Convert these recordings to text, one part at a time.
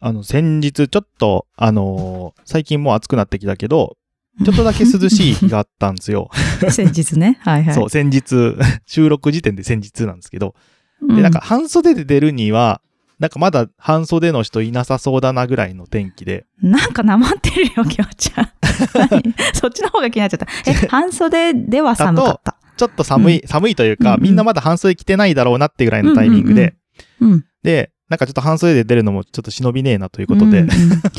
あの、先日ちょっと、あのー最近もう暑くなってきたけど、ちょっとだけ涼しい日があったんです よ。先日ね。はいはい。そう、先日、 収録時点で先日なんですけど、うん。で、なんか半袖で出るには、なんかまだ半袖の人いなさそうだなぐらいの天気で、なんかなまってる よ、きょうちゃん。何 そっちの方が気になっちゃった。え、半袖では寒かった。ちょっと寒い、寒いというか、うんうんみんなまだ半袖着てないだろうなってぐらいのタイミングで、うんうんうん。で、なんかちょっと半袖で出るのもちょっと忍びねえなということで、うんうん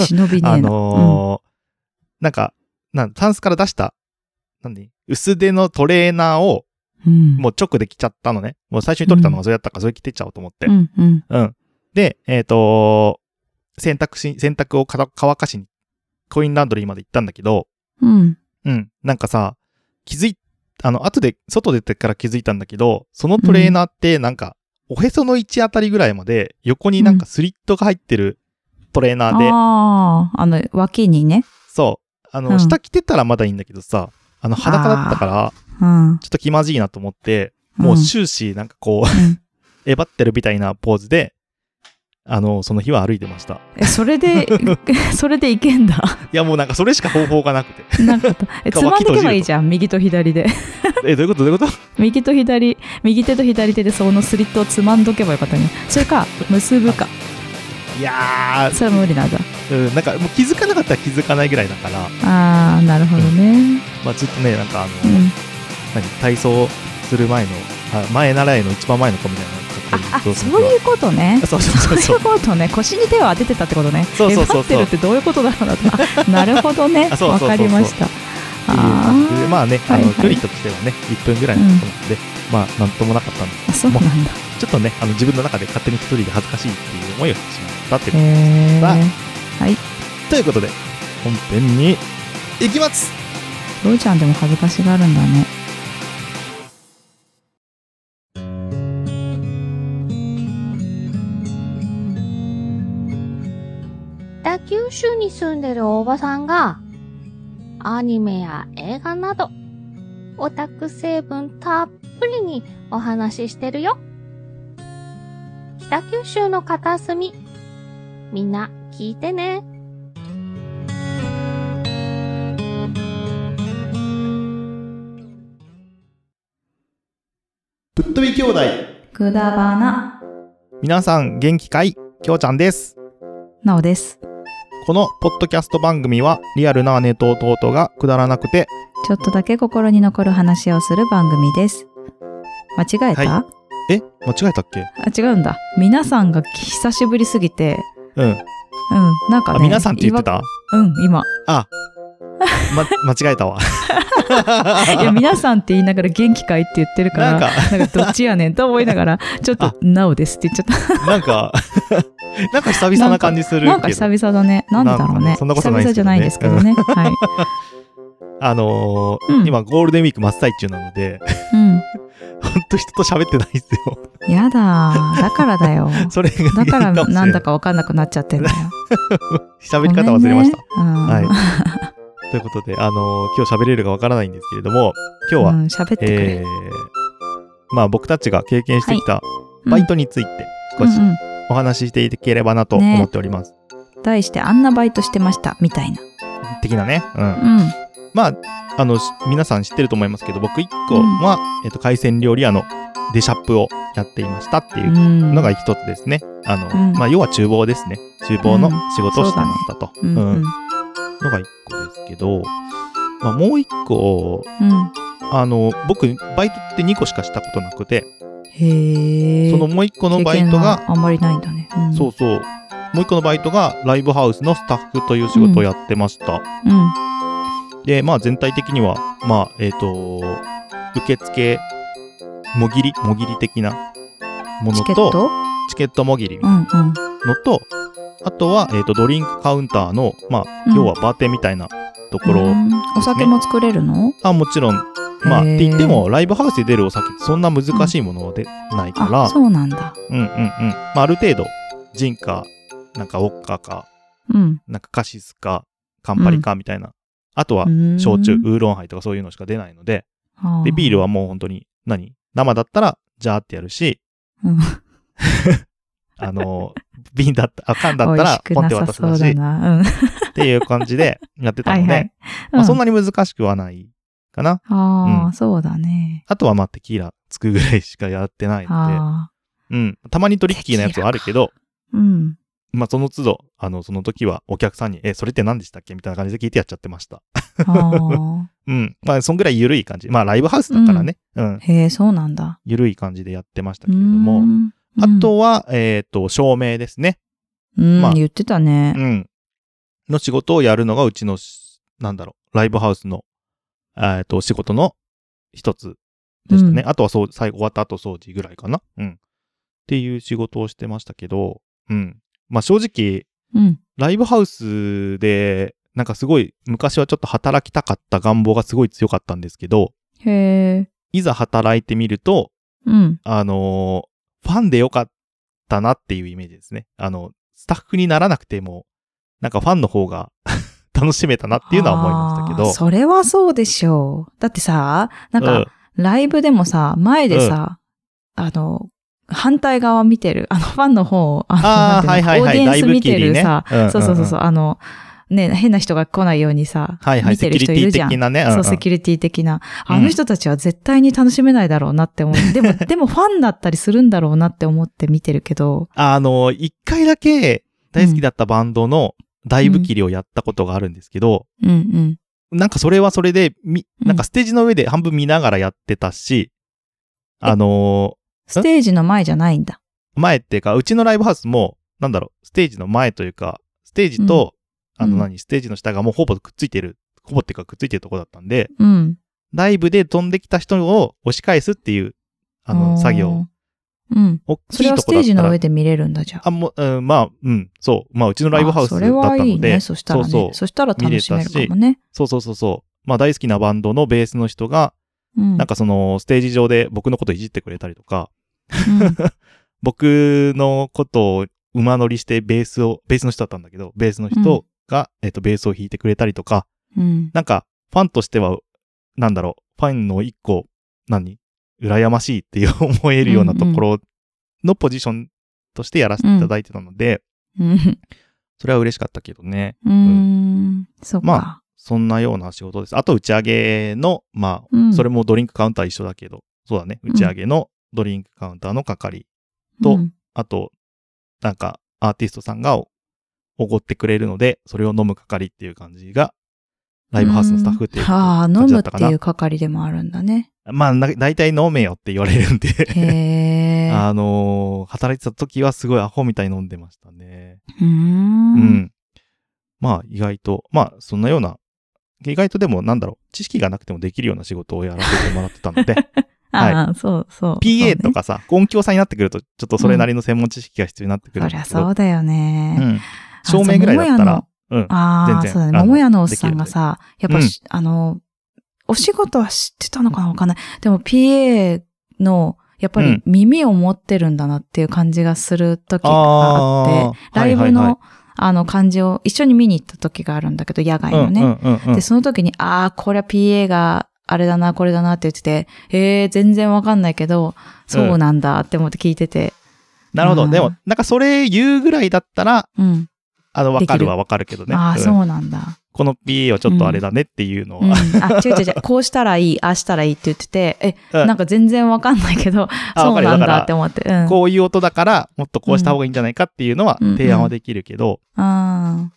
忍びねえな。あのーなんか、なん、タンスから出した、何薄手のトレーナーをうん、もう直で着ちゃったのね。もう最初に取れたのがそれやったからそれ着てっちゃおうと思って。ううん。んうんで、えっ、と洗濯し、洗濯をかた乾かしに、コインランドリーまで行ったんだけど、うん。うん。なんかさ、気づい、あの、後で、外出てから気づいたんだけど、そのトレーナーってなんか、おへその位置あたりぐらいまで、横になんかスリットが入ってるトレーナーで、ああ、あの、脇にね。そう。あの、うん下着てたらまだいいんだけどさ、あの、裸だったから、うん。ちょっと気まずいなと思って、もうう終始、なんかこう、うんえばってるみたいなポーズで、あの、その日は歩いてました。え、それ で、それでいけんだ。いや、もうなんかそれしか方法がなくて。 なんかえ、つまんでけばいいじゃん。右と左で。え、どういうことどういうこと右と左、右手と左手でそのスリットをつまんどけばよかったね。それか、結ぶか。いやそれは無理なんだ。ー、うん、なんかもう気づかなかったら気づかないぐらいだから、ああ、なるほどね。まあずっとね、なんかあの、うん。何体操する前の、あ前習いの一番前の子みたいなあ、あ、格好そういうことね。そう そうそうそそうういう。ことね。腰に手を当ててたってことね。そうそうそうそうえ待ってるってどういうことだろう なと。あなるほどね。あそうそわうそうそうかりました。っていう感じで、まあね、あはいの、はい距離としてはね、1分ぐらいのことなんで、まあ、なんともなかったんですあ、そうなんだ。ちょっとね、あの、自分の中で勝手に一人で恥ずかしいっていう思いをしてしまったっていう。へまあえ。ということで、本編に行きますロイちゃんでも恥ずかしがあるんだね。北九州に住んでるおばさんが、アニメや映画など、オタク成分たっぷりにお話ししてるよ。北九州の片隅、みんな聞いてね。ぶっ飛び兄弟くだばな。皆さん、元気かいきょうちゃんです。なおです。このポッドキャスト番組は、リアルな姉と弟がくだらなくて、ちょっとだけ心に残る話をする番組です。間違えた、はえ間違えたっけあ、違うんだ。皆さんが久しぶりすぎて、うん。うん、なんかあ、ね。皆さんって言ってた違和うん、今。ま、 間違えたわ。いや、皆さんって言いながら元気かいって言ってるから、なんか、なんかどっちやねんと思いな がら、ちょっあと、なおですって言っちゃった。なんか、 なんか久々な感じするけど。なんか久々だね。なんでだろうなんかね。そんなことないですけどね久々じゃないですけどね。はい。あのーうん今ゴールデンウィーク真っ最中なので、 うほんと人と喋ってないんですよ。 ん。やだ。だからだよ。それがだから原因もしれなんだかわかんなくなっちゃってんだよ。喋り方忘れました。ごめんね。うん。はい。 ということで、あのー今日喋れるかわからないんですけれども、今日は、うん喋ってくれ。えー、まあ僕たちが経験してきたうんバイトについて少しうんうんお話ししていければなと思っております。題してあんなバイトしてましたみたいな。的なね。うん。うん。まあ、あの、し皆さん知ってると思いますけど、僕一個うんは、えっと、海鮮料理屋のデシャップをやっていましたっていううんのが一つですね。あの、うんまあ、要は厨房ですね。厨房の仕事をしてましたと。うんうんのが一個ですけど、まあ、もう一個、うん。あの、僕、バイトって2個しかしたことなくて、へえ。そのもう一個のバイト経験が、あんまりないんだね。うんそうそう、もう一個のバイトが、ライブハウスのスタッフという仕事をやってました。うん。で、まあ全体的には、まあ、えっ、と、受付、もぎり、もぎり的なものチと、ケットチケットもぎりうのんうん。と、あとは、えっ、と、ドリンクカウンターの、まあ、うん要はバーテンみたいなところ、うんお酒も作れるのあ、もちろん、まあ、っへてー言っても、ライブハウスで出るお酒ってそんな難しいものでないから、あ、そうなんだ。うんうんうん。まあ、ある程度、ジンか、なんかウォッカか、うん。なんかカシスか、カンパリかみたいな。あとは、うん焼酎、ウーロンハイとかそういうのしか出ないので、で、ビールはもう本当に、何生だったら、ジャーってやるし、うん あの、瓶だった、あ、缶だった美味らし、くポンっなてさ渡すそだうし、だな。うん。っていう感じでやってたはのいで、はい。まあ、そんな。なに難しくはないかな。ああ、うんそうだね。あとはまあテキーラつくぐらいしかやってないのああ。で、うん。たまにトリッキーなやつはあるけど、うん。まあその都度、あの、その時はお客さんに、え、それって何でしたっけみたいな感じで聞いてやっちゃってました。ああ。うん。まあそんぐらい緩い感じ。まあライブハウスだからね。うん。 へえ、そうなんだ。緩い感じでやってましたうけーれども。ん。あとは、えっ、と、照明ですね。うん、まあ言ってたねう。ん。の仕事をやるのがうちのし、なんだろう、ライブハウスの、えっと、仕事の一つでしたね。あとはそう、最後終わった後掃除ぐらいかな。うん。っていう仕事をしてましたけど、うん。まあ正直、うん。ライブハウスで、なんかすごい、昔はちょっと働きたかった願望がすごい強かったんですけど、へえ。いざ働いてみると、うん。あのーファンでよかったなっていうイメージですね。あの、スタッフにならなくても、なんかファンの方が 楽しめたなっていうのは思いましたけあど。ーそれはそうでしょう。だってさ、なんうかん、ライブでもさ、前でさ、あの、反対側見てる、あの、ファンの方を、あああ、はの、なんいてはいういのオはーい。ディラエインスブ見切てりるね。さ、んそうそうそうそう、。あの、ね、変な人が来ないようにさ、はいはい。見セてキるュリテ人いィるじゃん的。なね。うんうんそう、セキュリティ的な。うんあの人たちは絶対に楽しめないだろうなって 思う。でも、でもファンだったりするんだろうなって思って見てるけど。あの、一回だけ大好きだったバンドのライブ切りをやったことがあるんですけど、うんうん。なんかそれはそれで、み、うんなんかステージの上で半分見ながらやってたし、えあのーステージの前じゃないんだ。前っていうか、うちのライブハウスも、なんだろう、ステージの前というか、ステージと、うんあのうん何、ステージの下がもうほぼくっついてる、ほぼっていうかくっついてるとこだったんで、うん。ライブで飛んできた人を押し返すっていう、あの、ー作業。。うん。大そきいれとこだったらは。ステージの上で見れるんだじゃあ。あ、もう、うん、まあ、うん、そう。まあ、うちのライブハウスだあっそたのれで、はいいね。そしたらね。そそうそうしたら楽しめるかもね。そうそうそうそう。まあ、大好きなバンドのベースの人が、うん。なんかその、ステージ上で僕のこといじってくれたりとか、うん僕のことを馬乗りしてベースを、ベースの人だったんだけど、ベースの人が、えっと、ベースを弾いてくれたりとか、うん。なんか、ファンとしては、なんだろう、ファンの一個、何羨ましいっていう 思えるようなところのポジションとしてやらせていただいてたので、うん。それは嬉しかったけどね。うん。そっまか。そんなような仕事です。あと、打ち上げの、まあ、うんそれもドリンクカウンター一緒だけど、そうだね、打ち上げのドリンクカウンターの係とうんあと、なんか、アーティストさんがおおごってくれるので、それを飲む係っていう感じが、ライブハウスのスタッフっていうああ、感飲じだむっったてかな。いう係でもあるん だね。まあ、な大体飲めよって言われるんへで、 え。あのー働いてた時はすごいアホみたいに飲んでましたね。ううー。んん。まあ、意外と、まあ、そんなような、意外とでも、なんだろう、知識がなくてもできるような仕事をやらせてもらってた ので、ああ、そうそう。 PA とか。か さ、音響さんになってくると、ちょっとそれなりの専門知識が必要になってくるそんりでゃすけど。そうだようね。ん。照明ぐらいだったら、うん。あ全あ、然そうだね。あの桃屋のおっさんがさ、やっぱるんでし、あの、お仕事は知ってたのかなわかんない。でも PA の、やっぱうんり耳を持ってるんだなっていう感じがする時があって、あーライブはいはいはいの、あの、感じを一緒に見に行った時があるんだけど、野外のね。うんうんうんうんで、その時に、ああ、こりゃ PA が、あれだな、これだなって言ってて、えー、全然わかんないけど、そうなんだって思って聞いてて、なるほうど。んでも、なんかそれ言うぐらいだったら、うん。あの、わかできるるはわかるけどね。ああ、うんそうなんだ。この PA はちょっとあれだねっていうのうん。は。あ、違う違う違う、こうしたらいい、ああしたらいいって言ってて、え、うんなんか全然わかんないけど、あ、わ かそうるなだんかだってら、思って。うん。こういう音だから、もっとこうした方がいいんじゃないかっていうのはうん提案はできるけど、うん。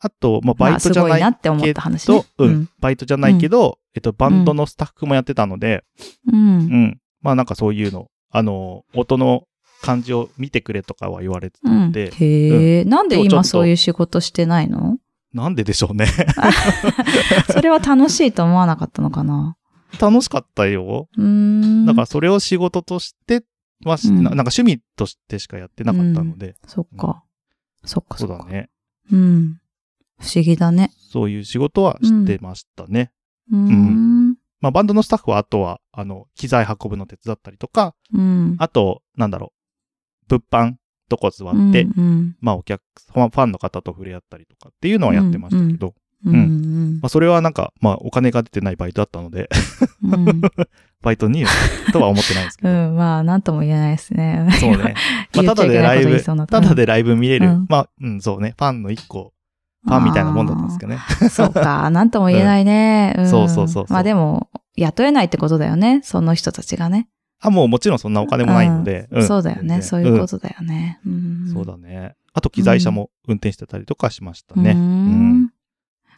あと、まあ、バイまあ、トすじゃごいなないって思った話とね。、ううんん。、バイトじゃないけど、えっと、バンドのスタッフもやってたので、う。うんん。まあ、なんかそういうの、あの、音の感じを見てくれとかは言われてたうんので、へえ、なんで今日ちょっ今とそういう仕事してないの なんででしょうね。 それは楽しいと思わなかったのかな楽しかったよ。うーん。だからそれを仕事としてはし、うんななんか趣味としてしかやってなかったので、そっか。そっか、そそうっだか。ね。うん。不思議だね。そういう仕事はしてましたね。うーん。まあバンドのスタッフはあとは、あの、機材運ぶの手伝ったりとか、うん。あと、なんだろう、物販とこ座うんって、うんまあお客様、ファンの方と触れ合ったりとかっていうのはやってましたけど、うんうんまあ、それはなんか、まあ、お金が出てないバイトだったので、 うん。バイトに、とは思ってないんですけ うど。ん。まあ、なんとも言えないですね。そう ね。まあ、言たっちだゃいでけなラいこイと言ブ、いそうになったたなだでライブ見れる。うんまあ、うん、そうね。ファンの一個、ファンみたいなもんだったんですけどね。そうか、なんとも言えないね。うんそうそうそうそうまあでも、雇えないってことだよね、その人たちがね。あ、もうもちろんそんなお金もないので。んそうだよ全ね、然そういうこんとだよね。うん、そうだね。あと、機材車も運転してたりとかしましたね。うーうんん。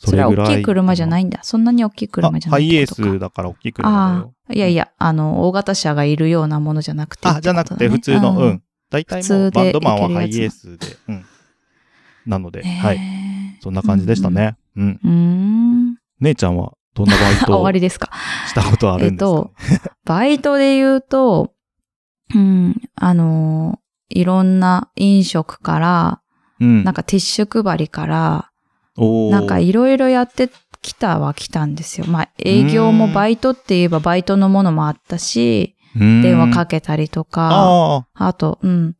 それは大きい車じゃないいんだ。そんなに大きい車じあゃなハいっイエてーことか。スだから大きい車だあよ。あ、いやいや、あの、大型車がいるようなものじゃなくてあ、じゃなくて普通の、うん。。大体もう普通でバンドマンはいけるハやつイエースで、うん。なので、ねはい。そんな感じでしたね。うん。うーん。姉ちゃんはどんなバイあ、ト終を わりですか。したことあるんですかバイトで言うと、うん、あの、いろんな飲食から、うんなんかティッシュ配りから、おーなんかいろいろやってきたは来たんですよ。まあ営業もバイトって言えばバイトのものもあったし、うん電話かけたりとか、ああと、うん。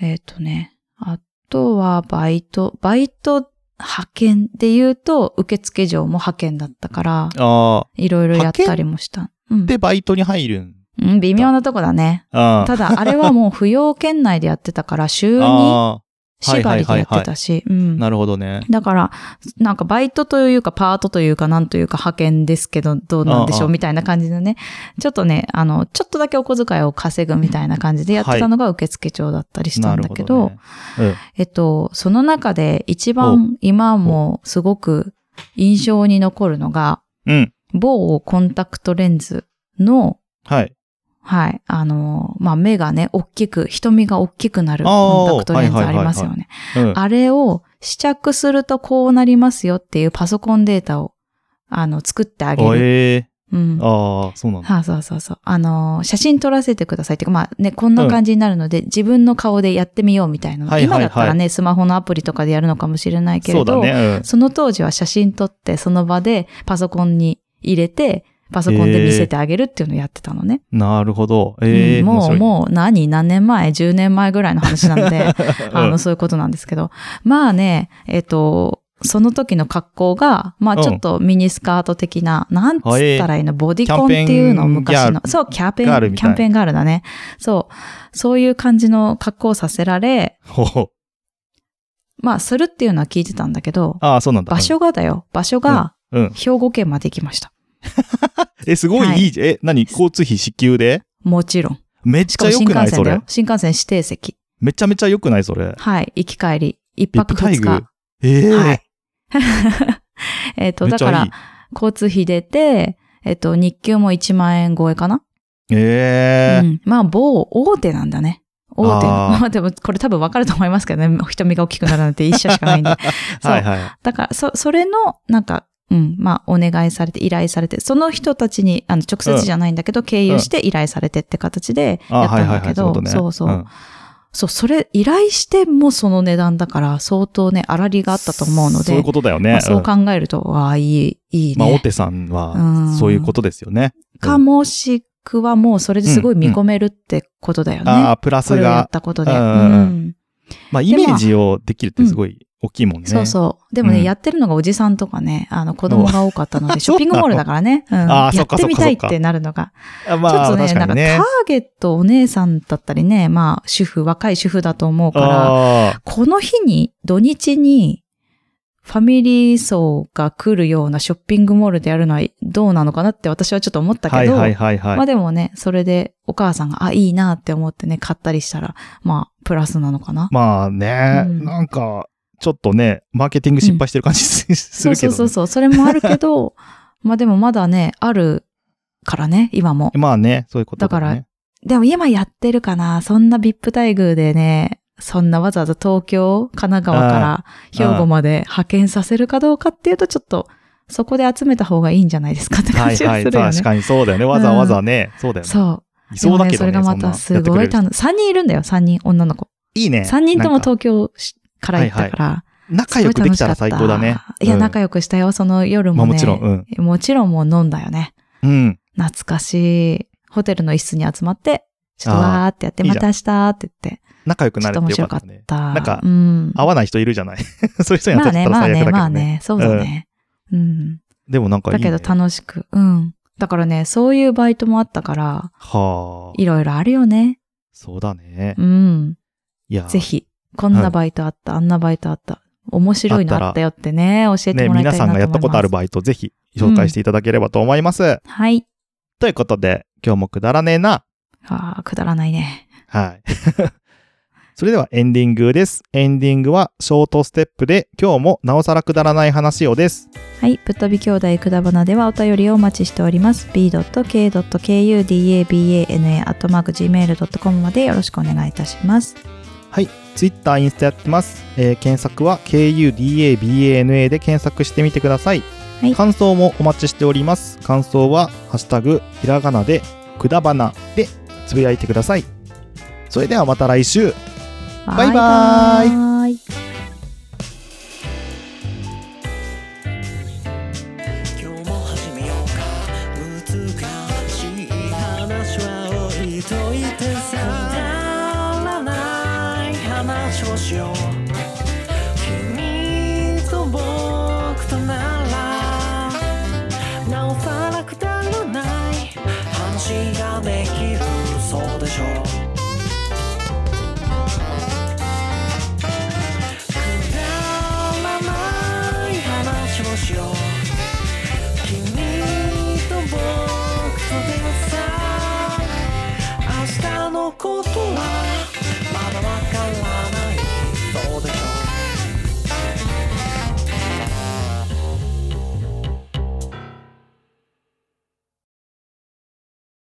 えっ、とね、あとはバイト、バイト派遣で言うと受付嬢も派遣だったから、あ、ああ。いろいろやったりもした。うん、で、バイトに入るん。うん、微妙なとこだね。ああ。ただ、あれはもう扶養圏内でやってたから、週にあはい縛りでやってたし、あ、うん。なるほどね。だから、なんかバイトというかパートというかなんというか派遣ですけど、どうなんでしあょあうみたいな感じのね、ちょっとね、あの、ちょっとだけお小遣いを稼ぐみたいな感じでやってたのが受付長だったりしたなんるだほけど、どね。うんえっと、その中で一番今もすごく印象に残るのが、うん。某コンタクトレンズの、はい。はい。あの、まあ、目がね、大きく、瞳が大きくなるあーコンタクトレンズはいあはいはいりはいますよね。うん。 あれを試着するとこうなりますよっていうパソコンデータを、あの、作ってあげある。えうんえ。。ああ、そうなんだ。はあ、そうそうそう。あのー、写真撮らせてくださいっていうか、まあね、こんな感じになるので、自分の顔でやってみようみたいなの。はいはいはい今だったらね、スマホのアプリとかでやるのかもしれないけそれうだど、ね。その当時は写真撮って、その場でパソコンに入れて、パソコンで見せてあげるっていうのをやってたのね。うん。なるほど。ええ。うん面も白う、いねもう何、何年前 ?10 年前ぐらいの話なんで、あの、そういうことなんですけど。まあね、えっ、と、その時の格好が、まあちょっとミニスカート的な、なんつったらいいの、ボディコンっていうのを昔キの、ャンペーンギャルそう、キャンペガーールン、みキたいャなンペーンガールだね。そう、そういう感じの格好をさせられ、ほほまあするっていうのは聞いてたんだけど、ああ、そうなんだ。場所がだよ、場所がうん。うん。兵庫県まで行きました。え、すごはいいいいじゃん。え、何交通費支給でもちろん。めっしちかゃも良新くな幹いそ線だれよ。。新幹線指定席。めちゃめちゃ良くないそれ。はい、行き帰り。一リップ泊待二遇日。。ええ。はい。 えっと、めっだちゃいかいら、交通費出て、えっと、日給も1万円超えかな、えうえ。ん。まあ、某大手なんだね。大手の。あー まあ、でも、これ多分わかると思いますけどね。 瞳が大きくなるなんて一社し かないんで。そう。はいはい。だから、そ、それの、なんか、うん、まあ、お願いされて、依頼されて、その人たちに、あの、直接じゃないんだけど、経由して依頼されてって形で、あやあったはいんはいだはけい。そういうどこと、ねそうそう。んそう、それ、依頼してもその値段だから、相当ね、粗利があったと思うので、そういうことだよね。まあ、そうん考えると、わあ、いい、いいね。まあ、大手さんはう、んそういうことですよね。かもしくはもうそれですごい見込めるってことだよね。ああ、プラそスれをやっが、たことで。ううんうんうんんまあ、イメージをできるってすごい大きいもんね。そうそう。でもね、うんやってるのがおじさんとかね、あの子供が多 かったので、ショッピングモールだからね。うんあやあそっっかてみたいってなるのが。あちょっまあ、とね、確なかんかにタねー。ゲットお姉さんだったりね、まあ主婦、若い主婦だと思うから、あこの日に、土日に、ファミリー層が来るようなショッピングモールでやるのはどうなのかなって私はちょっと思ったあ、けど、はいはいはいまあはい。でもね、それでお母さんが、あ、いいなって思ってね、買ったりしたら、まあ、プラスなのかな。まあね、うんなんか、ちょっとね、マーケティング失敗してる感じすそうるけそどうそうね。そう、それもあるけ ど、まあでもまだね、あるからね、今も。まあね、そういうことよね。でも今やってるかな、そんな VIP 待遇でね、そんなわざわざ東京、神奈川から兵庫まで派遣させるかどうかっていうと、ちょっと、そこで集めた方がいいんじゃないですかっては感 いじがはい、するよね。確かにそうだよね。わざわざね、そうだよね。そう。いそうだけでどね。もそれがまたそんなすやってくごれいる人楽しい。3人いるんだよ、3人、女の子。いいね。 3人ともなんか東京しから行ったから、仲良くできたら最高だねすごい楽しか。ったいや、うん仲良くしたよ、その夜まあもね。もちろん、うん。もちろんもう飲んだよね。うん。懐かしい。ホテルの一室に集まって、ちょっとあーわーってやって、いいまじゃんた明日って言って。仲良くなれてよかったね。だなんかうん。合わない人いるじゃない。そういう人に ま当たあっね、たらまあ最悪だけね、どね。まあね、そうだね。うん。でもなんかいい、だね。けど楽しく。うん。だからね、そういうバイトもあったから、はあ。いろいろあるよね。そうだねう。ん。いや、ぜひ、こんなバイトあった、あんなバイトあった。面白いのあったらあったよってね、教えてね、もらい皆たいなと思います。さんがやったことあるバイト、ぜひ紹介していただければと思います。はい。ということで、今日もくだらねえな。ああ、くだらないね。はい。 それではエンディングです。エンディングはショートステップで、今日もなおさらくだらない話をです。はい。ぶっ飛び兄弟くだばなではお便りをお待ちしております。b.k.kudabana.gmail.com までよろしくお願いいたします。はい。Twitter、インスタやってます。えー検索は KUDABANA で検索してみてください。はい感想もお待ちしております。感想は、ハッシュタグ、ひらがなで、くだばなで、つぶやいてください。それではまた来週。バイバーイーイ今日も始めようか難しい話は置いといてさくだらない話をしよう君と僕とならなおさらくだらない話ができるそうでしょう